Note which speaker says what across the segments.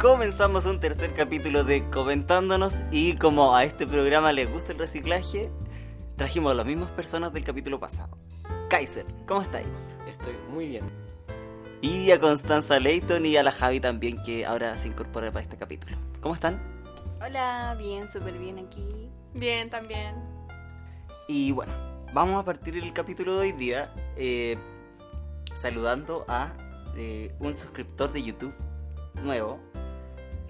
Speaker 1: comenzamos un tercer capítulo de Comentándonos y como a este programa les gusta el reciclaje, trajimos a las mismas personas del capítulo pasado. Kaiser, ¿cómo estáis?
Speaker 2: Estoy muy bien.
Speaker 1: Y a Constanza Leighton y a la Javi también que ahora se incorpora para este capítulo. ¿Cómo están?
Speaker 3: Hola, bien, súper bien aquí.
Speaker 4: Bien, también.
Speaker 1: Y bueno, vamos a partir el capítulo de hoy día eh, saludando a eh, un suscriptor de YouTube nuevo,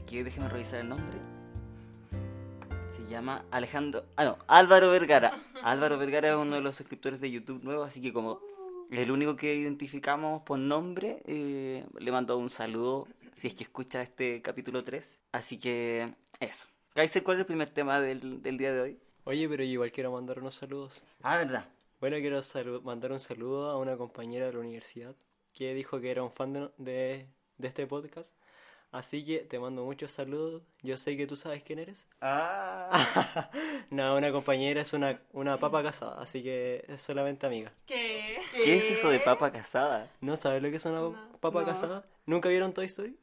Speaker 1: que déjeme revisar el nombre. Se llama Alejandro, ah no, Álvaro Vergara. Álvaro Vergara es uno de los suscriptores de YouTube nuevo, así que como el único que identificamos por nombre, eh, le mando un saludo si es que escucha este capítulo 3. Así que eso. Kaiser, ¿cuál es el primer tema del, del día de hoy?
Speaker 2: Oye, pero yo igual quiero mandar unos saludos.
Speaker 1: Ah, verdad.
Speaker 2: Bueno, quiero salu- mandar un saludo a una compañera de la universidad que dijo que era un fan de, de- de este podcast. Así que te mando muchos saludos. Yo sé que tú sabes quién eres. Ah, No, una compañera es una, una papa casada, así que es solamente amiga.
Speaker 4: ¿Qué?
Speaker 1: ¿Qué es eso de papa casada?
Speaker 2: ¿No sabes lo que es una
Speaker 4: No.
Speaker 2: papa
Speaker 4: No.
Speaker 2: casada? ¿Nunca vieron Toy Story?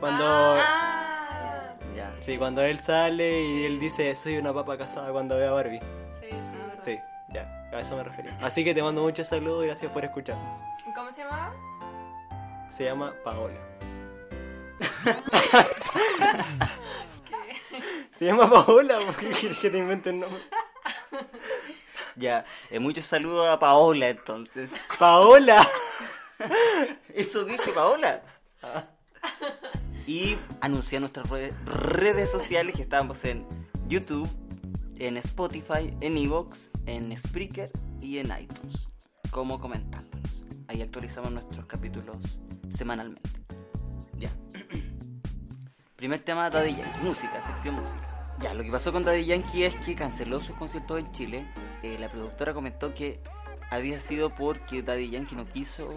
Speaker 2: Cuando...
Speaker 4: Ah,
Speaker 1: Ya.
Speaker 2: Sí, cuando él sale y él dice, soy una papa casada cuando ve a Barbie.
Speaker 4: sí, sí,
Speaker 1: Ah,
Speaker 4: verdad.
Speaker 2: Sí, ya, a eso me refería. Así que te mando muchos saludos y gracias por escucharnos.
Speaker 4: ¿Cómo se llama?
Speaker 2: Se llama Paola. Se llama Paola, ¿por qué quieres que te invente el nombre?
Speaker 1: Ya. Eh, muchos saludos a Paola entonces.
Speaker 2: ¡Paola!
Speaker 1: Eso dije, Paola. Y anuncié nuestras redes, redes sociales que estamos en YouTube, en Spotify, en Evox, en Spreaker y en iTunes. Como comentándonos. Ahí actualizamos nuestros capítulos semanalmente. Ya. Primer tema Daddy Yankee, música, sección música. Ya, lo que pasó con Daddy Yankee es que canceló sus conciertos en Chile. Eh, la productora comentó que había sido porque Daddy Yankee no quiso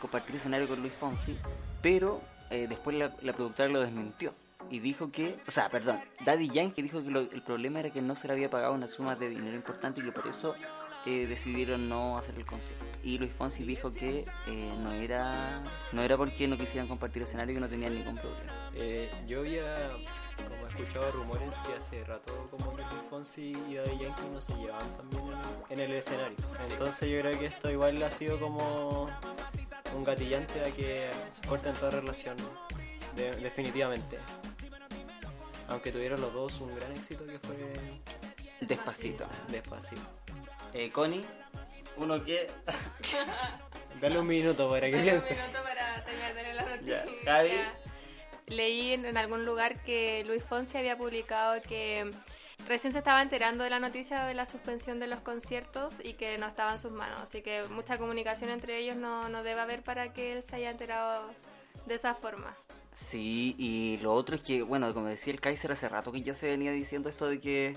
Speaker 1: compartir escenario con Luis Fonsi, pero eh, después la, la productora lo desmintió y dijo que, o sea, perdón, Daddy Yankee dijo que lo- el problema era que no se le había pagado una suma de dinero importante y que por eso eh, decidieron no hacer el concierto. Y Luis Fonsi dijo que eh, no era no era porque no quisieran compartir escenario y que no tenían ningún problema.
Speaker 2: Eh, yo había como escuchado rumores que hace rato como que Luis Fonsi y Daddy Yankee no se llevaban también en el, en el escenario. Entonces yo creo que esto igual ha sido como un gatillante a que corten toda relación de- definitivamente. Aunque tuvieron los dos un gran éxito que fue
Speaker 1: Despacito.
Speaker 2: Despacito.
Speaker 1: Eh, Connie, uno que...
Speaker 2: Dale un minuto para que
Speaker 4: Dame
Speaker 2: piense.
Speaker 4: Un minuto para terminar de leer la
Speaker 1: Ya,
Speaker 4: noticia.
Speaker 1: Javi.
Speaker 4: Ya. Leí en, en algún lugar que Luis Fonsi había publicado que recién se estaba enterando de la noticia de la suspensión de los conciertos y que no estaba en sus manos. Así que mucha comunicación entre ellos no, no debe haber para que él se haya enterado de esa forma.
Speaker 1: Sí, y lo otro es que, bueno, como decía el Kaiser hace rato que ya se venía diciendo esto de que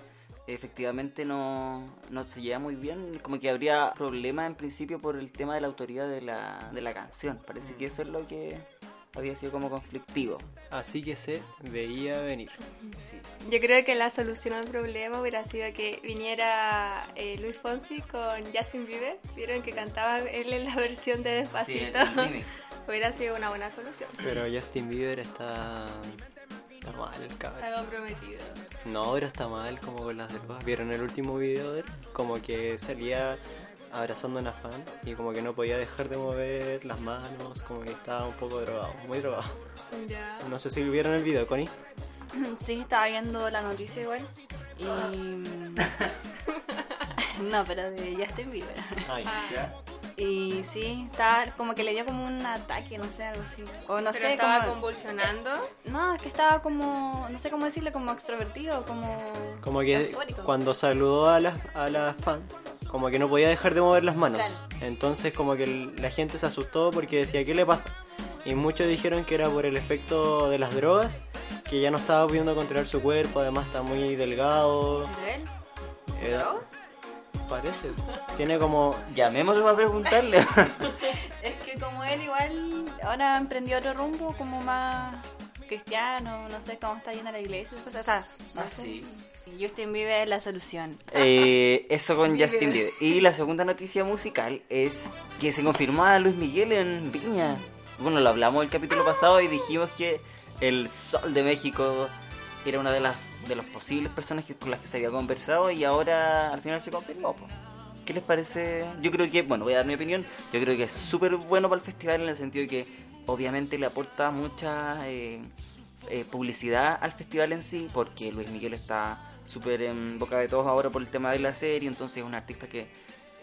Speaker 1: efectivamente no, no se lleva muy bien, como que habría problemas en principio por el tema de la autoría de la, de la canción. Parece que eso es lo que había sido como conflictivo.
Speaker 2: Así que se veía venir.
Speaker 1: Sí.
Speaker 4: Yo creo que la solución al problema hubiera sido que viniera eh, Luis Fonsi con Justin Bieber. Vieron que cantaba él en la versión de Despacito. hubiera sido una buena solución.
Speaker 2: Pero Justin Bieber está... Está mal, cabrón.
Speaker 4: Está comprometido.
Speaker 2: No, ahora está mal como con las drogas. ¿Vieron el último video de él? Como que salía abrazando a una fan y como que no podía dejar de mover las manos, como que estaba un poco drogado, muy drogado.
Speaker 4: Ya.
Speaker 2: No sé si vieron el video, Connie.
Speaker 3: Sí, estaba viendo la noticia igual. Y. no, pero de Justin Bieber.
Speaker 2: Ay,
Speaker 4: Ah,
Speaker 3: Y sí, estaba como que le dio como un ataque, no sé, algo así. O no
Speaker 4: pero
Speaker 3: sé,
Speaker 4: estaba
Speaker 3: como.
Speaker 4: convulsionando.
Speaker 3: No, es que estaba como. No sé cómo decirle, como extrovertido, como.
Speaker 2: Como que
Speaker 3: eufórico.
Speaker 2: cuando saludó a las, a las fans, como que no podía dejar de mover las manos. Entonces como que el- la gente se asustó porque decía, ¿qué le pasa? Y muchos dijeron que era por el efecto de las drogas, que ya no estaba pudiendo controlar su cuerpo, además está muy delgado.
Speaker 3: ¿De él?
Speaker 2: Eh, Parece. Tiene como.
Speaker 1: Llamémoslo para preguntarle.
Speaker 3: Es que como él igual ahora emprendió otro rumbo, como más cristiano, no sé cómo está yendo a la iglesia, cosas, o sea, no
Speaker 1: Ah,
Speaker 3: sé.
Speaker 1: sí.
Speaker 3: Justin Bieber es la solución.
Speaker 1: Eh, eso con
Speaker 4: Bieber.
Speaker 1: Justin Bieber. Y la segunda noticia musical es que se confirmó a Luis Miguel en Viña. Bueno, lo hablamos el capítulo pasado y dijimos que el Sol de México era una de las de los posibles personas que- con las que se había conversado y ahora al final se confirmó. po. ¿Qué les parece? Yo creo que, bueno, voy a dar mi opinión, yo creo que es súper bueno para el festival en el sentido de que obviamente le aporta mucha eh, eh, publicidad al festival en sí, porque Luis Miguel está súper en boca de todos ahora por el tema de la serie, entonces es un artista que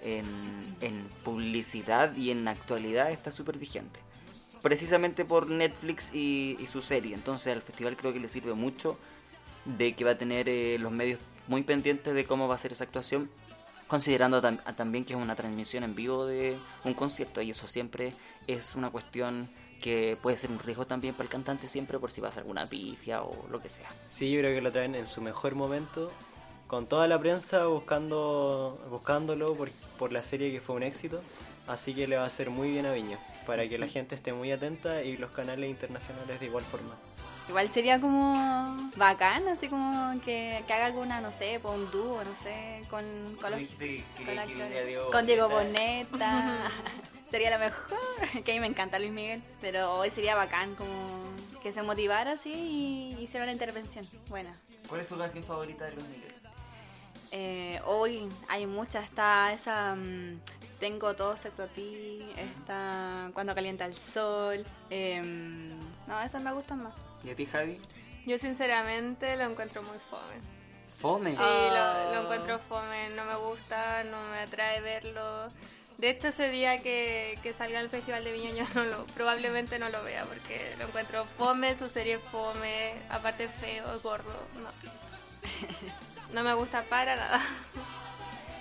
Speaker 1: en, en publicidad y en actualidad está súper vigente precisamente por Netflix y, y su serie. Entonces al festival creo que le sirve mucho de que va a tener eh, los medios muy pendientes de cómo va a ser esa actuación, considerando tam- a- también que es una transmisión en vivo de un concierto y eso siempre es una cuestión que puede ser un riesgo también para el cantante siempre por si pasa alguna pifia o lo que sea.
Speaker 2: Sí, yo creo que lo traen en su mejor momento, con toda la prensa buscando, buscándolo por, por la serie que fue un éxito, así que le va a hacer muy bien a Viña, para que la gente esté muy atenta y los canales internacionales de igual forma.
Speaker 3: Igual sería como bacán, así como que, que haga alguna, no sé, por un dúo, no sé, con, con, los- con la- con Diego Boneta. sería lo mejor. Que a mí me encanta Luis Miguel, pero hoy sería bacán como que se motivara así y hiciera la intervención. Bueno.
Speaker 1: ¿Cuál es tu canción favorita de Luis Miguel?
Speaker 3: Eh, hoy hay muchas, está esa mm, Tengo todo excepto a ti, está Cuando calienta el sol. em, no, esas me gustan más.
Speaker 1: ¿Y a ti, Javi?
Speaker 4: Yo sinceramente lo encuentro muy fome.
Speaker 1: Fome.
Speaker 4: Sí,
Speaker 3: Ah.
Speaker 4: lo, lo encuentro fome, no me gusta, no me atrae verlo. De hecho, ese día que, que salga el Festival de Viña yo no lo, probablemente no lo vea porque lo encuentro fome, su serie es fome, aparte feo, gordo, no. No me gusta para nada.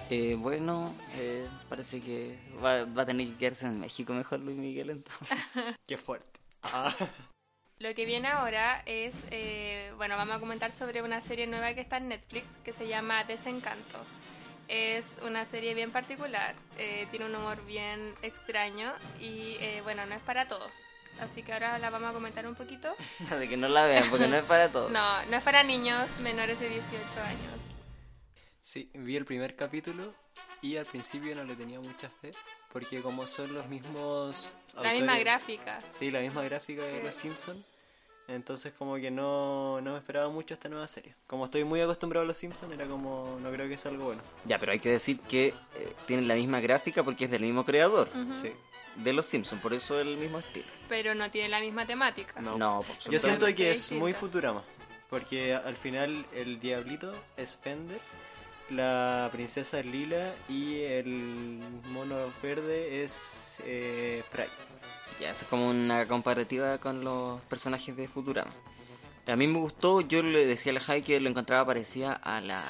Speaker 1: Eh, bueno, eh, parece que va, va a tener que quedarse en México mejor Luis Miguel entonces.
Speaker 2: Qué fuerte. Ah,
Speaker 4: Lo que viene ahora es, eh, bueno, vamos a comentar sobre una serie nueva que está en Netflix que se llama Desencanto. Es una serie bien particular, eh, tiene un humor bien extraño y eh, bueno, no es para todos. Así que ahora la vamos a comentar un poquito.
Speaker 1: Así que no la vean porque no es para todos.
Speaker 4: No, no es para niños menores de 18 años.
Speaker 2: sí, vi el primer capítulo y al principio no le tenía mucha fe, porque como son los mismos...
Speaker 4: La misma
Speaker 2: autores-
Speaker 4: gráfica.
Speaker 2: Sí, la misma gráfica de
Speaker 4: Sí.
Speaker 2: Los Simpsons. Entonces como que no, no me esperaba mucho esta nueva serie. Como estoy muy acostumbrado a Los Simpsons, era como, no creo que sea algo bueno.
Speaker 1: Ya, pero hay que decir que eh, tienen la misma gráfica porque es del mismo creador
Speaker 4: Ujú.
Speaker 2: Sí.
Speaker 1: de Los Simpsons, por eso el mismo estilo.
Speaker 4: Pero no tiene la misma temática.
Speaker 2: No.
Speaker 1: No,
Speaker 2: Yo siento
Speaker 4: Totalmente
Speaker 2: que es
Speaker 4: distinta.
Speaker 2: muy Futurama. Porque a- al final el diablito es Fender, la princesa es Lila y el mono verde es eh, Fry.
Speaker 1: Ya, esa es como una comparativa con los personajes de Futurama. A mí me gustó, yo le decía a la Jai que lo encontraba parecía a la...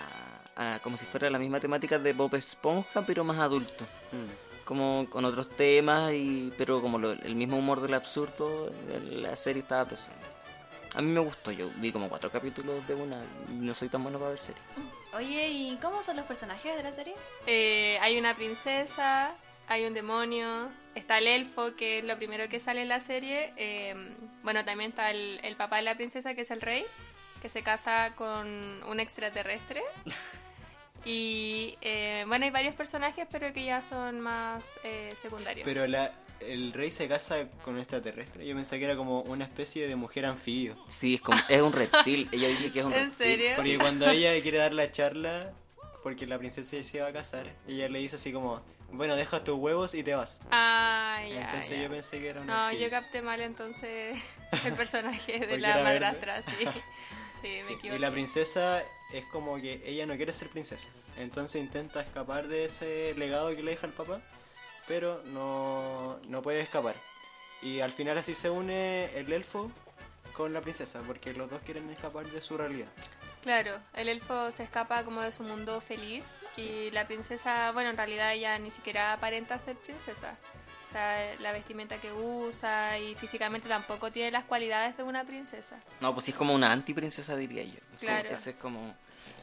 Speaker 1: a- como si fuera la misma temática de Bob Esponja, pero más adulto. como con otros temas, y, pero como lo- el mismo humor del absurdo, la serie estaba presente. A mí me gustó, yo vi como cuatro capítulos de una, y no soy tan bueno para ver series.
Speaker 3: Oye, ¿y cómo son los personajes de la serie?
Speaker 4: Eh, hay una princesa, hay un demonio, está el elfo, que es lo primero que sale en la serie. eh, bueno, también está el, el papá de la princesa, que es el rey, que se casa con un extraterrestre. Y eh, bueno, hay varios personajes, pero que ya son más eh, secundarios.
Speaker 2: Pero la, el rey se casa con un extraterrestre. Yo pensé que era como una especie de mujer anfibio.
Speaker 1: Sí, es, como, es un reptil, ella dice que es un
Speaker 4: ¿En
Speaker 1: reptil.
Speaker 4: serio?
Speaker 2: Porque cuando ella quiere dar la charla, porque la princesa se va a casar, ella le dice así como, bueno, deja tus huevos y te vas.
Speaker 4: Ah, ya,
Speaker 2: Entonces
Speaker 4: ya.
Speaker 2: yo pensé que era una
Speaker 4: No, yo capté mal entonces el personaje de
Speaker 2: Porque
Speaker 4: la
Speaker 2: era verde.
Speaker 4: madrastra, sí. Sí, me
Speaker 2: Sí,
Speaker 4: equivoqué.
Speaker 2: Y la princesa es como que ella no quiere ser princesa. Entonces intenta escapar de ese legado que le deja el papá, pero no, no puede escapar. Y al final así se une el elfo con la princesa, porque los dos quieren escapar de su realidad.
Speaker 4: Claro, el elfo se escapa como de su mundo feliz y la princesa, bueno, en realidad ella ni siquiera aparenta ser princesa. O sea, la vestimenta que usa y físicamente tampoco tiene las cualidades de una princesa.
Speaker 1: No, pues sí es como una antiprincesa diría yo. O sea,
Speaker 4: Claro.
Speaker 1: Ese es como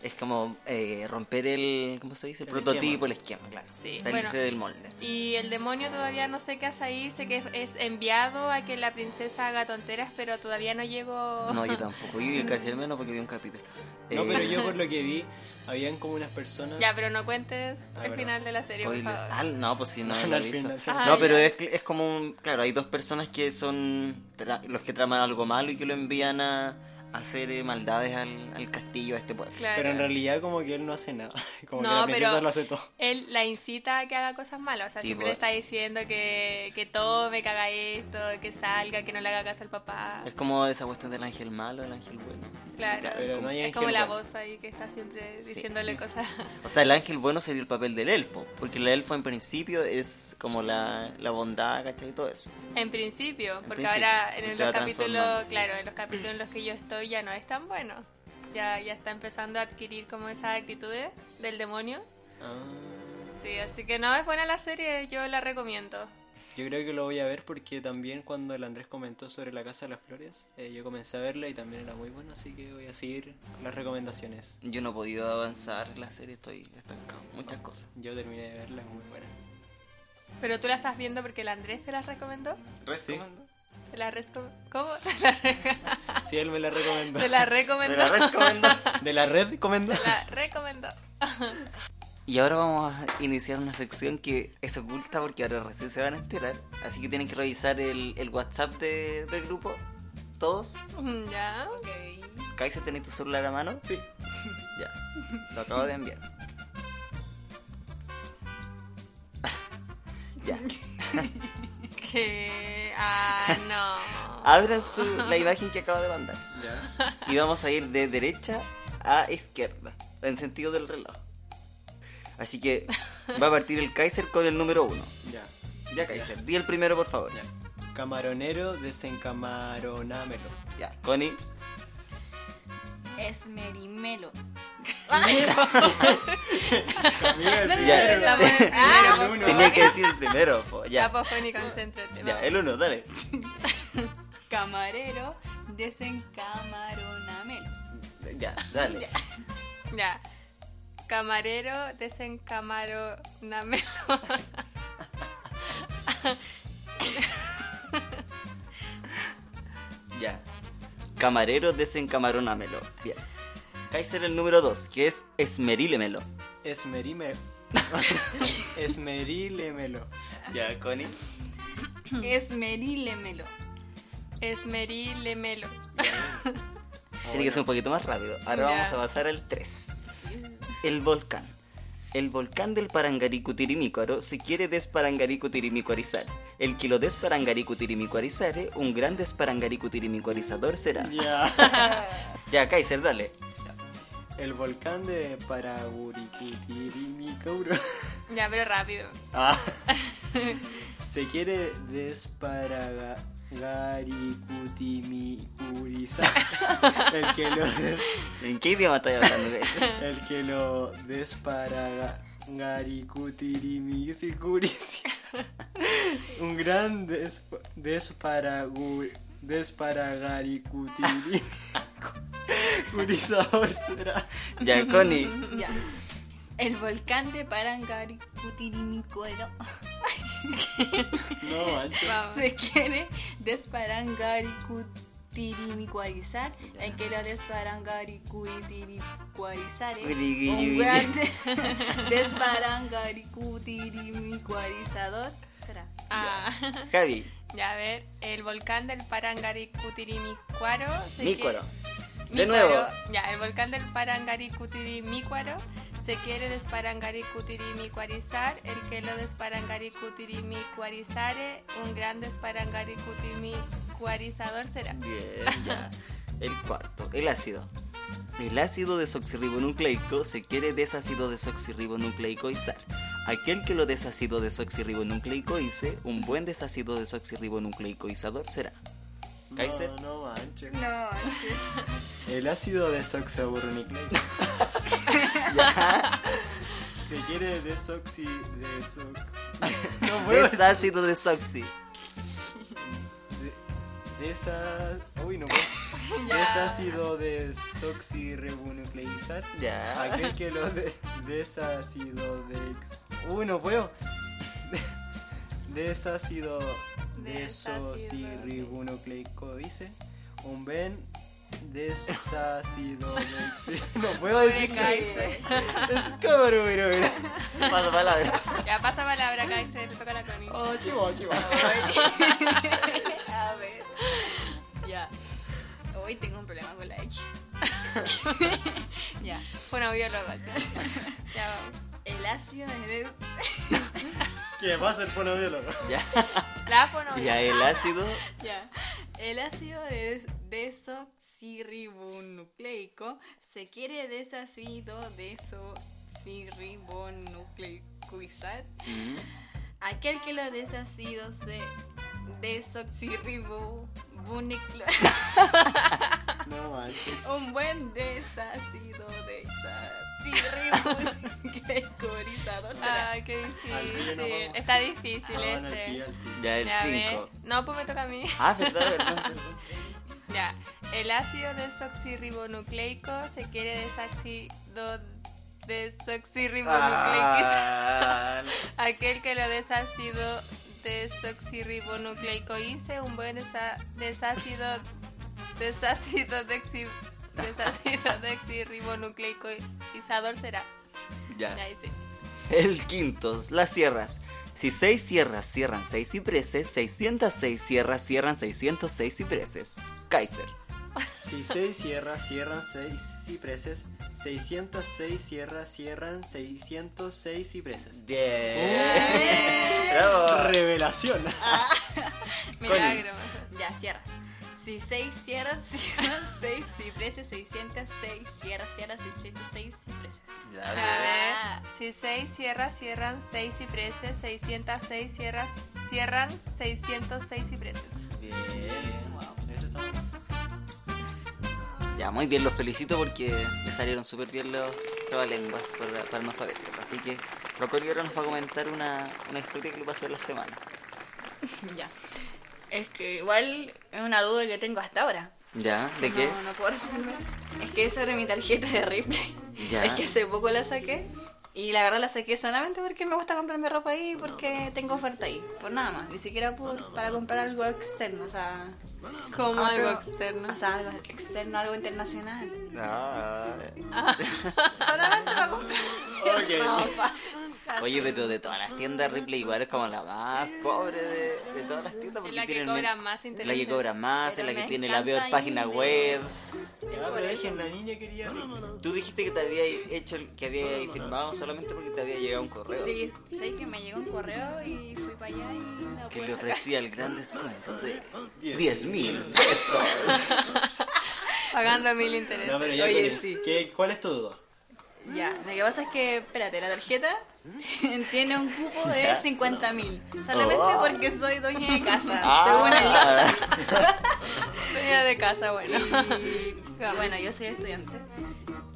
Speaker 1: Es como eh, romper el, ¿cómo se dice? El,
Speaker 2: El
Speaker 1: prototipo, el esquema, claro.
Speaker 4: Sí,
Speaker 1: Salirse
Speaker 4: bueno.
Speaker 1: del molde.
Speaker 4: Y el demonio todavía no sé qué hace ahí, sé que es- es enviado a que la princesa haga tonteras, pero todavía no llego...
Speaker 1: No, yo tampoco. Yo vi casi al menos porque vi un capítulo.
Speaker 2: No,
Speaker 1: Eh,
Speaker 2: pero yo por lo que vi, habían como unas personas.
Speaker 4: Ya, pero no cuentes
Speaker 2: Ah,
Speaker 4: el
Speaker 2: verdad.
Speaker 4: final de la serie, por
Speaker 1: spoiler.
Speaker 4: favor.
Speaker 1: Ah, no, pues sí, no,
Speaker 2: No,
Speaker 1: no he
Speaker 2: al
Speaker 1: visto.
Speaker 2: final, al final.
Speaker 4: Ajá,
Speaker 1: No, pero
Speaker 4: ya.
Speaker 1: es, que- es como un... Claro, hay dos personas que son tra- los que traman algo malo y que lo envían a, a hacer eh, maldades al, al castillo, a este pueblo.
Speaker 4: Claro.
Speaker 2: Pero en realidad como que él no hace nada. Como
Speaker 4: No,
Speaker 2: que la princesa
Speaker 4: pero-
Speaker 2: lo hace todo.
Speaker 4: Él la incita a que haga cosas malas, o sea,
Speaker 1: Sí,
Speaker 4: siempre
Speaker 1: pues.
Speaker 4: le está diciendo que, que tome, que haga esto, que salga, que no le haga caso al papá.
Speaker 1: Es como esa cuestión del ángel malo, el ángel bueno.
Speaker 4: Claro.
Speaker 1: es
Speaker 2: Pero
Speaker 1: como-
Speaker 2: no hay
Speaker 4: Es como la
Speaker 2: bueno.
Speaker 4: voz ahí que está siempre
Speaker 1: Sí,
Speaker 4: diciéndole
Speaker 1: sí.
Speaker 4: cosas.
Speaker 1: O sea, el ángel bueno sería el papel del elfo, porque el elfo en principio es como la, la bondad, ¿cachai? Y todo eso.
Speaker 4: En principio, porque
Speaker 1: principio,
Speaker 4: ahora
Speaker 1: y
Speaker 4: en
Speaker 1: se va
Speaker 4: los capítulos,
Speaker 1: transformando, sí.
Speaker 4: claro, en los capítulos en los que yo estoy ya no es tan bueno. Ya, ya está empezando a adquirir como esas actitudes del demonio.
Speaker 2: Ah,
Speaker 4: Sí, así que no es buena la serie, yo la recomiendo.
Speaker 2: yo creo que lo voy a ver porque también cuando el Andrés comentó sobre la Casa de las Flores, eh, yo comencé a verla y también era muy buena, así que voy a seguir las recomendaciones.
Speaker 1: Yo no he podido avanzar en la serie, estoy estancado, muchas cosas.
Speaker 2: Yo terminé de verla, es muy buena.
Speaker 4: Pero tú la estás viendo porque el Andrés te la recomendó.
Speaker 2: Sí.
Speaker 4: Te la resco- ¿Cómo?
Speaker 2: Sí, él me la recomendó.
Speaker 4: Te la
Speaker 1: Te
Speaker 4: recomendó.
Speaker 1: la recomiendo.
Speaker 2: De la red recomendó.
Speaker 4: Te la recomendó.
Speaker 1: Y ahora vamos a iniciar una sección que es oculta porque ahora recién se van a enterar. Así que tienen que revisar el, el WhatsApp de- del grupo. Todos.
Speaker 4: Mm, Ya.
Speaker 3: Ok.
Speaker 1: Kaiser, ¿tenés tu celular a mano?
Speaker 2: Sí.
Speaker 1: Ya. Lo acabo de enviar. ya.
Speaker 4: Que. Ah,
Speaker 1: Abran su, la imagen que acabo de mandar.
Speaker 2: Ya.
Speaker 1: Y vamos a ir de derecha a izquierda. En sentido del reloj. Así que va a partir el Kaiser con el número uno.
Speaker 2: Ya.
Speaker 1: Ya, Kaiser. Di el primero, por favor.
Speaker 2: Ya. Camaronero, desencamaronámelo.
Speaker 1: Ya, Connie.
Speaker 3: Esmerimelo.
Speaker 1: Ya.
Speaker 4: no. Estamos en- Ah,
Speaker 1: Tenía que decir el primero, po,
Speaker 4: ya,
Speaker 1: ya.
Speaker 4: pues, Connie, concéntrate.
Speaker 1: Ya,
Speaker 4: vamos.
Speaker 1: el uno, dale.
Speaker 3: Camarero, desencamaronamelo.
Speaker 1: Ya, dale.
Speaker 4: Ya. Camarero, desencamaroname.
Speaker 1: Ya. Camarero, desencamarónamelo. Bien. Kaiser el número 2, que es esmerílemelo.
Speaker 2: Esmerime. Esmerílemelo.
Speaker 1: Ya, Connie.
Speaker 3: Esmerílemelo.
Speaker 4: Esmerilemelo.
Speaker 2: Ah,
Speaker 1: Tiene que ser un poquito más rápido. Ahora
Speaker 4: Ya.
Speaker 1: vamos a pasar al 3. El volcán. El volcán del Parangaricutirimícuaro se quiere desparangaricutirimícuarizar. El que lo desparangaricutirimícuarizare, un gran desparangaricutirimícuarizador será.
Speaker 2: Ya.
Speaker 1: Ya, Kaiser, dale.
Speaker 2: El volcán de Paraguricutirimicuro.
Speaker 4: Ya, pero rápido.
Speaker 2: Ah. Se quiere desparagaricutimicuriza. El que lo des-
Speaker 1: ¿En qué idioma estás hablando? Kaiser?
Speaker 2: el que lo desparagaricutirimicuris. Un gran des, desparagu, desparagaricutirimicurisador será.
Speaker 1: ya, Connie.
Speaker 3: Ya. El volcán de Parangaricutirimícuaro
Speaker 2: No, manches.
Speaker 4: Vamos.
Speaker 3: se quiere desparangaricutirimícuarizar. El que lo desparangaricutirimícuarizare. Un grande desparangaricutirimícuarizador. Será.
Speaker 4: Ah.
Speaker 1: Javi.
Speaker 4: Ya, a ver. El volcán del Parangaricutirimícuaro. se
Speaker 1: Mícuaro.
Speaker 4: quiere-
Speaker 1: De
Speaker 4: Mícuaro.
Speaker 1: nuevo.
Speaker 4: Ya, el volcán del Parangaricutirimícuaro se quiere desparangaricutirimícuarizar. El que lo desparangaricutirimícuarizare, un gran desparangaricutirimícuarizador será.
Speaker 1: Bien, ya. El cuarto, el ácido. El ácido desoxirribonucleico se quiere desácido desoxirribonucleicoizar. Aquel que lo desácido desoxirribonucleicoice, un buen desácido desoxirribonucleicoizador será. Kaiser.
Speaker 2: No, no manches.
Speaker 3: No,
Speaker 2: El ácido desoxobornicleico. Se quiere desoxi. desox. No puedo.
Speaker 1: Desácido desoxi.
Speaker 2: de- Desa... Uy, no puedo. Desácido desoxirribonucleizar.
Speaker 1: Ya.
Speaker 2: Aquel que lo de... Desácido dex... Uy, no puedo. Desácido desosirribonucleicoice. Un ben desácido dex... No puedo decir que...
Speaker 4: Kaiser.
Speaker 2: Es cabrón, mira, mira.
Speaker 1: Paso palabra.
Speaker 4: Ya pasa palabra, Kaiser, le toca la Connie.
Speaker 2: Oh, chivo, chivo.
Speaker 3: A ver. Ya. Hoy tengo un problema con la X. ya.
Speaker 4: Fue un biólogo. Ya vamos.
Speaker 3: El ácido es.
Speaker 2: ¿Qué pasa el fonobiólogo?
Speaker 1: Ya.
Speaker 4: La fono.
Speaker 1: Ya el ácido.
Speaker 3: Ya. El ácido des- desoxirribonucleico se quiere desacido desoxirribonucleicoizar.
Speaker 1: Mm.
Speaker 3: Aquel que lo desacido se desoxirribonucleico.
Speaker 2: No manches.
Speaker 3: Un buen desacido desoxirribonucleicoizador. será.
Speaker 4: Ay, qué
Speaker 2: Al río
Speaker 4: difícil.
Speaker 2: nos vamos.
Speaker 4: Está difícil
Speaker 2: Ah, bueno, al
Speaker 4: este.
Speaker 2: pie, al pie.
Speaker 1: Ya
Speaker 4: Ya
Speaker 1: el
Speaker 4: ves.
Speaker 1: 5.
Speaker 4: No, pues me toca a mí.
Speaker 1: Ah, verdad, verdad. verdad.
Speaker 4: Ya. El ácido desoxirribonucleico se quiere desacido desoxirribonucleico.
Speaker 1: Ah,
Speaker 4: Aquel que lo desacido desoxirribonucleico hice un buen desa- desácido desácido dexi- desácido dexirribonucleicoizador será. Ya
Speaker 1: ya.
Speaker 4: ahí sí.
Speaker 1: El quinto, las sierras. Si seis sierras cierran seis cipreses, 606 sierras cierran 606 cipreses. Kaiser.
Speaker 2: Si seis sierras cierran seis cipreses, 606 sierras cierran 606 cipreses.
Speaker 1: Bien.
Speaker 2: Revelación.
Speaker 4: Milagro.
Speaker 3: Ya, cierras. Si seis sierras, cierras seis cipreses, 606 sierras, cierras 606 cipreses.
Speaker 1: Ya,
Speaker 4: A
Speaker 1: bien.
Speaker 4: ver,
Speaker 3: Ah.
Speaker 4: si seis sierras cierran seis cipreses, 606 sierras cierran 606 cipreses.
Speaker 1: Bien.
Speaker 2: Eso está bueno.
Speaker 1: Ya, muy bien, los felicito porque me salieron súper bien los trabalenguas para, para no saberse. Así que Rocorio ahora nos va a comentar una, una historia que le pasó en la semana.
Speaker 3: Ya. Es que igual es una duda que tengo hasta ahora.
Speaker 1: ¿Ya? ¿De
Speaker 3: no,
Speaker 1: qué?
Speaker 3: No puedo resolver. Es que es sobre mi tarjeta de Ripley.
Speaker 1: Ya.
Speaker 3: Es que hace poco la saqué. Y la verdad la saqué solamente porque me gusta comprarme ropa ahí porque tengo oferta ahí. Por nada más. Ni siquiera por, para comprar algo externo. O sea,
Speaker 4: Como algo
Speaker 3: otro-
Speaker 4: externo.
Speaker 3: Ah, O sea, algo externo, algo internacional.
Speaker 1: Ah.
Speaker 3: Solamente para comprar ropa.
Speaker 1: Oye, pero de todas las tiendas Ripley igual es como la más pobre de, de todas las tiendas.
Speaker 4: Es
Speaker 1: porque
Speaker 4: la que
Speaker 1: tienen-
Speaker 4: cobra más
Speaker 1: La
Speaker 4: intereses.
Speaker 1: que cobra más, es
Speaker 3: Pero
Speaker 1: la que
Speaker 3: me
Speaker 1: tiene la peor
Speaker 3: encanta
Speaker 1: página
Speaker 3: irme.
Speaker 1: web.
Speaker 2: Ya, pero dejen, la niña quería
Speaker 1: Tú dijiste que te había hecho, el- que había firmado solamente porque te había llegado un correo.
Speaker 3: Sí, sé que me llegó un correo y fui para allá y no
Speaker 1: Que
Speaker 3: pude
Speaker 1: le
Speaker 3: sacar.
Speaker 1: ofrecía el gran descuento de
Speaker 2: Diez.
Speaker 1: 10 mil pesos.
Speaker 4: Pagando mil intereses.
Speaker 2: No, pero ya,
Speaker 3: Oye,
Speaker 2: Connie,
Speaker 3: sí.
Speaker 2: ¿qué- ¿Cuál es tu duda?
Speaker 3: Ya, lo que pasa es que, espérate, la tarjeta tiene un cupo de
Speaker 1: Ya.
Speaker 3: 50 mil. Solamente
Speaker 1: Oh.
Speaker 3: porque soy dueña de casa, según el
Speaker 1: Ah.
Speaker 4: Dueña de casa, bueno.
Speaker 3: Y bueno, yo soy estudiante.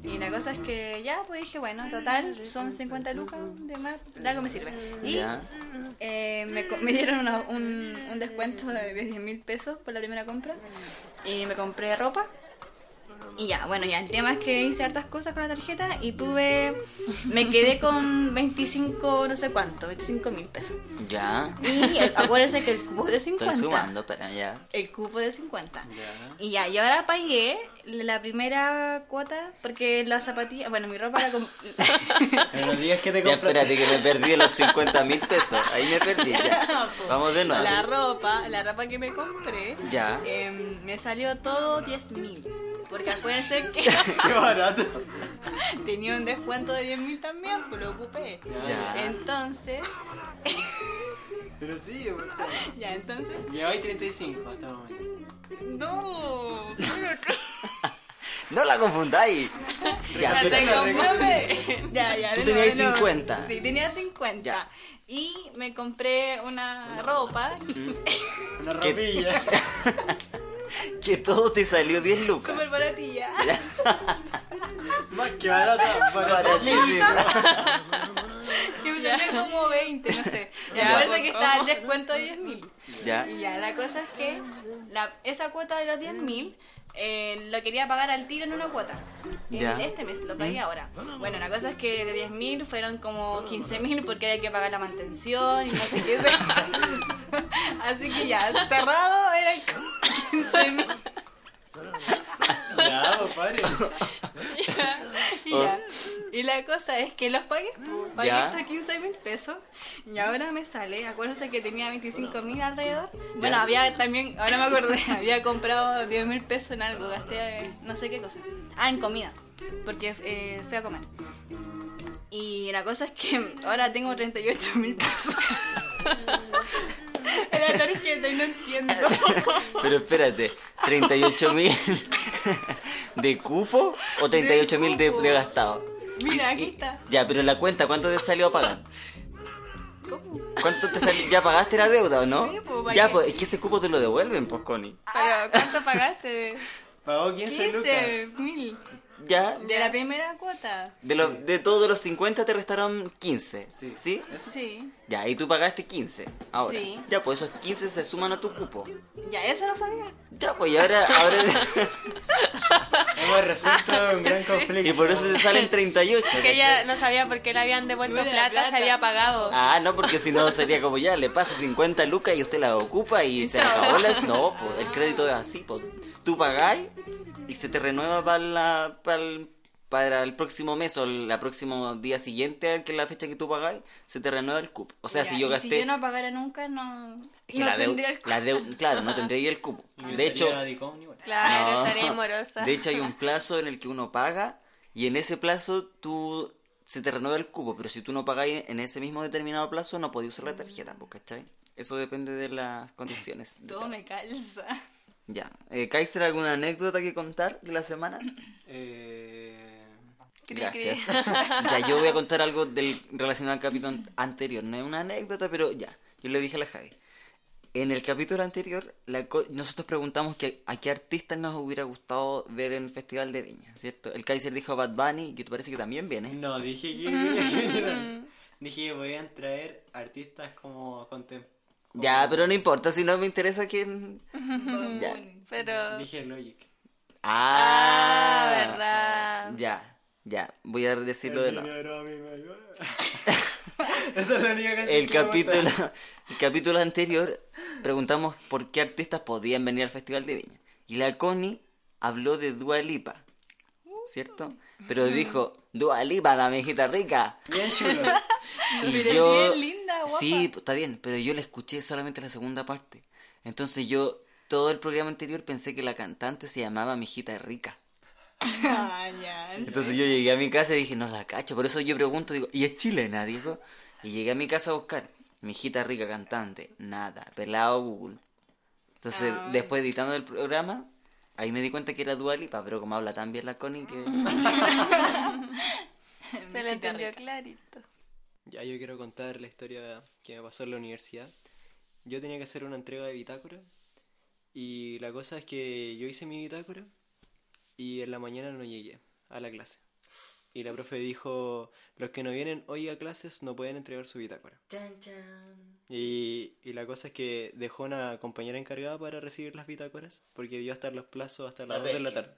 Speaker 3: Y la cosa es que ya, pues dije, bueno, total, son 50 lucas, de más, de algo me sirve. Y
Speaker 1: Ya.
Speaker 3: eh, me, co- me dieron una- un, un descuento de, de 10 mil pesos por la primera compra. Y me compré ropa. Y ya, bueno, ya el tema es que hice hartas cosas con la tarjeta y tuve. Me quedé con 25, no sé cuánto, 25 mil pesos.
Speaker 1: Ya.
Speaker 3: Y el- acuérdense que el cupo es de
Speaker 1: Estoy
Speaker 3: 50.
Speaker 1: sumando, espera, ya.
Speaker 3: El cupo de 50.
Speaker 2: Ya.
Speaker 3: Y ya, yo ahora pagué la primera cuota porque la zapatilla, bueno, mi ropa la comp-
Speaker 2: Pero no digas que te
Speaker 1: Ya,
Speaker 2: compraste.
Speaker 1: espérate que me perdí los 50 mil pesos. Ahí me perdí, ya. Vamos de nuevo.
Speaker 3: pues, la ropa, la ropa que me compré,
Speaker 1: Ya.
Speaker 3: em, me salió todo 10 mil. Porque acuérdense que
Speaker 2: Qué barato.
Speaker 3: tenía un descuento de 10 mil también, pues lo ocupé.
Speaker 1: Ya.
Speaker 3: Entonces,
Speaker 2: Pero sí, pues, está bien.
Speaker 3: ya, entonces,
Speaker 2: Lleváis 35 hasta el momento.
Speaker 3: no,
Speaker 1: No la confundáis. Ya,
Speaker 4: Ya
Speaker 1: pero-
Speaker 4: te confunde.
Speaker 3: ya, ya,
Speaker 1: Tú
Speaker 3: de
Speaker 1: tenías
Speaker 3: nuevo, de nuevo.
Speaker 1: 50.
Speaker 3: Sí, tenía 50.
Speaker 1: Ya.
Speaker 3: Y me compré una ropa
Speaker 2: Una
Speaker 1: ¿Qué?
Speaker 2: ropilla.
Speaker 1: que todo te salió 10 lucas.
Speaker 3: súper baratilla.
Speaker 2: Más que barata.
Speaker 1: Baratísimo.
Speaker 3: Que me salió como 20, no sé. Y
Speaker 4: Ya,
Speaker 3: la verdad
Speaker 4: pues,
Speaker 3: que está el
Speaker 4: ¿cómo?
Speaker 3: descuento de 10.000.
Speaker 1: ¿Ya?
Speaker 3: Y ya, la cosa es que la- esa cuota de los 10.000 eh, lo quería pagar al tiro en una cuota. En
Speaker 1: Ya. Mm.
Speaker 3: Este mes lo pagué ahora. Bueno, la cosa es que de 10.000 fueron como 15.000 porque hay que pagar la mantención y no sé qué. Así que ya, cerrado eran como 15.000.
Speaker 2: Ya, pues, padre.
Speaker 3: Y, ya. y la cosa es que los pagué, po. pagué
Speaker 1: Oh. Ya.
Speaker 3: estos 15 mil pesos y ahora me sale, acuérdense que tenía 25 mil alrededor. Bueno,
Speaker 1: Ya.
Speaker 3: había también, ahora me acordé, había comprado 10 mil pesos en algo, gasté eh, no sé qué cosa. Ah, en comida, porque eh, fui a comer. Y la cosa es que ahora tengo 38 mil pesos. en la tarjeta y no entiendo.
Speaker 1: Pero espérate, 38.000 de cupo o 38.000 de,
Speaker 3: cupo.
Speaker 1: de gastado.
Speaker 3: Mira, aquí está.
Speaker 1: Ya, pero la cuenta, ¿cuánto te salió a pagar?
Speaker 3: ¿Cómo?
Speaker 1: ¿Cuánto te salió? ¿Ya pagaste la deuda o no?
Speaker 3: Sí, pues, ¿para
Speaker 1: ya,
Speaker 3: qué?
Speaker 1: pues es que ese cupo te lo devuelven, pues Connie.
Speaker 3: Pero, ¿cuánto pagaste?
Speaker 2: Pagó 15 lucas.
Speaker 3: 15 mil.
Speaker 1: Ya,
Speaker 3: De la primera cuota.
Speaker 1: de, lo- de todos los 50 te restaron 15.
Speaker 2: Sí.
Speaker 1: ¿Sí?
Speaker 2: Eso-
Speaker 3: Sí.
Speaker 1: Ya, y tú pagaste 15. Ahora.
Speaker 3: Sí.
Speaker 1: Ya, pues esos 15 se suman a tu cupo.
Speaker 3: Ya, eso lo sabía.
Speaker 1: Ya, pues y ahora... ahora
Speaker 2: Hemos resuelto un gran conflicto.
Speaker 1: y por eso te salen 38.
Speaker 4: Que ella no sabía por qué le habían devuelto
Speaker 3: Buena
Speaker 4: plata,
Speaker 3: plata.
Speaker 4: se había pagado.
Speaker 1: Ah, no, porque si no sería como ya, le pasa 50 lucas y usted la ocupa y se acabó la... No, pues el crédito es así, pues tú pagáis y se te renueva para, la, para, el, para el próximo mes o el la próximo día siguiente, al que es la fecha que tú pagáis, se te renueva el cupo. O sea,
Speaker 3: Ya,
Speaker 1: si yo
Speaker 3: y
Speaker 1: gasté...
Speaker 3: Si yo no pagara nunca, no.
Speaker 1: es que
Speaker 3: no
Speaker 1: la deu-
Speaker 3: tendría el cu-
Speaker 1: la deu- Claro, no tendría el cupo.
Speaker 2: Y
Speaker 1: De
Speaker 2: le
Speaker 1: hecho...
Speaker 2: salía a Dicom igual.
Speaker 4: Claro,
Speaker 1: No.
Speaker 4: estaría Ah, amorosa.
Speaker 1: De hecho, hay un plazo en el que uno paga y en ese plazo tú se te renueva el cupo, pero si tú no pagáis en ese mismo determinado plazo, no podéis usar la tarjeta, ¿po? ¿cachai? Eso depende de las condiciones.
Speaker 3: Todo me calza.
Speaker 1: Ya. Eh, Kaiser, ¿alguna anécdota que contar de la semana?
Speaker 2: Eh,
Speaker 4: Cri,
Speaker 1: Gracias. ya, yo voy a contar algo del, relacionado al capítulo anterior. No es una anécdota, pero ya. Yo le dije a la Javi. En el capítulo anterior, la co- nosotros preguntamos que, a qué artistas nos hubiera gustado ver en el Festival de Viña, ¿cierto? El Kaiser dijo Bad Bunny, que te parece que también viene.
Speaker 2: No, dije que. dije que podían traer artistas como contem.
Speaker 4: Oh.
Speaker 2: como-
Speaker 1: Ya, pero no importa, si no me interesa quién... Ya.
Speaker 4: Pero.
Speaker 2: Dije Logic.
Speaker 4: Ah,
Speaker 1: Ah,
Speaker 4: verdad.
Speaker 1: Ya, ya, voy a decirlo de
Speaker 2: El
Speaker 1: nuevo.
Speaker 2: dinero a mí me ayuda. Esa es la única canción
Speaker 1: el
Speaker 2: que me gusta.
Speaker 1: capítulo, el capítulo anterior preguntamos por qué artistas podían venir al Festival de Viña. Y la Connie habló de Dua Lipa, ¿cierto? Pero dijo, Dua Lipa, la mejita rica.
Speaker 2: Bien chulo.
Speaker 1: Y
Speaker 3: Pero
Speaker 1: yo...
Speaker 3: sí es linda, guapa.
Speaker 1: Sí, p- está bien, pero yo la escuché solamente la segunda parte. Entonces yo, todo el programa anterior pensé que la cantante se llamaba Mijita Rica.
Speaker 3: Ah, ya.
Speaker 1: Entonces yo llegué a mi casa y dije, no la cacho. Por eso yo pregunto, digo, ¿y es chilena? Digo. Y llegué a mi casa a buscar. Mi hijita rica cantante. Nada. Pelado Google. Entonces,
Speaker 3: Ah.
Speaker 1: después editando el programa, ahí me di cuenta que era Dua Lipa, pero como habla tan bien la Connie que.
Speaker 4: Se
Speaker 3: Mijita
Speaker 4: le entendió
Speaker 3: rica.
Speaker 4: clarito.
Speaker 2: Ya yo quiero contar la historia que me pasó en la universidad. Yo tenía que hacer una entrega de bitácora y la cosa es que yo hice mi bitácora y en la mañana no llegué a la clase. Y la profe dijo, los que no vienen hoy a clases no pueden entregar su bitácora. Y, y la cosa es que dejó una compañera encargada para recibir las bitácoras porque dio hasta los plazos hasta las
Speaker 1: La
Speaker 2: 2 de la
Speaker 1: Becky.
Speaker 2: tarde.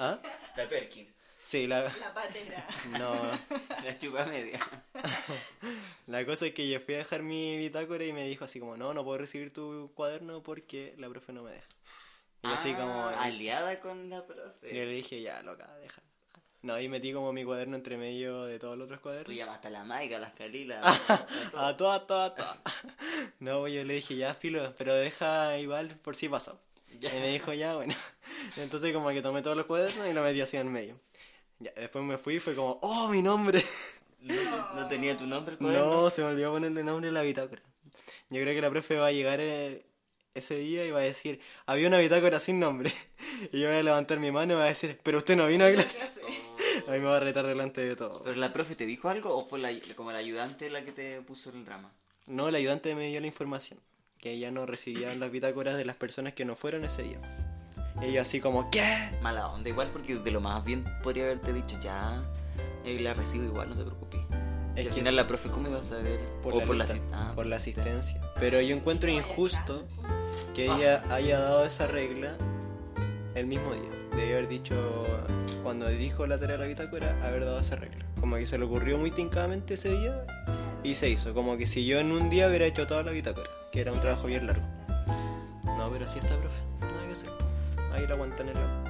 Speaker 2: ¿Ah?
Speaker 1: La Perkin.
Speaker 2: Sí, la...
Speaker 3: La patera.
Speaker 2: No.
Speaker 1: La chupa media.
Speaker 2: La cosa es que yo fui a dejar mi bitácora y me dijo así como, no, no puedo recibir tu cuaderno porque la profe no me deja. Y yo
Speaker 1: Ah,
Speaker 2: así como,
Speaker 1: Aliada con la
Speaker 2: y yo
Speaker 1: profe.
Speaker 2: le dije, ya, loca, deja. No, y metí como mi cuaderno entre medio de todos los otros
Speaker 1: Tú
Speaker 2: cuadernos.
Speaker 1: llamaste a la Maica, a las Calilas. Ah,
Speaker 2: A toda, a toda, a toda. No, yo le dije, ya, filo, pero deja igual por si pasa.
Speaker 1: Ya.
Speaker 2: Y me dijo, ya, bueno. Entonces como que tomé todos los cuadernos y lo metí así en medio. Ya, después me fui y fue como, oh, mi nombre.
Speaker 1: no, no tenía tu nombre, el cuaderno.
Speaker 2: No, se me olvidó ponerle nombre a la bitácora. Yo creo que la profe va a llegar el- ese día y va a decir, había una bitácora sin nombre. Y yo voy a levantar mi mano y va a decir, pero usted no vino a clase. A mí me va a retar delante de todo.
Speaker 1: ¿Pero la profe te dijo algo o fue la, como la ayudante la que te puso el drama?
Speaker 2: No, el ayudante me dio la información, que ya no recibían las bitácoras de las personas que no fueron ese día. Y yo así como, ¿qué?
Speaker 1: Mala onda, igual porque de lo más bien podría haberte dicho ya, eh, la recibo igual, no te preocupes. Y
Speaker 2: Es
Speaker 1: al
Speaker 2: que
Speaker 1: final la ah, profe, ¿cómo iba a saber?
Speaker 2: por
Speaker 1: O
Speaker 2: la, lista,
Speaker 1: cita.
Speaker 2: por la asistencia. Pero yo encuentro injusto que
Speaker 1: Ah.
Speaker 2: ella haya dado esa regla el mismo día. Debe haber dicho, cuando dijo la tarea de la bitácora, haber dado esa regla. Como que se le ocurrió muy tincadamente ese día y se hizo. Como que si yo en un día hubiera hecho toda la bitácora, que era un trabajo bien largo. No, pero así está, profe. Nada que hacer. Ahí la aguantan el agua.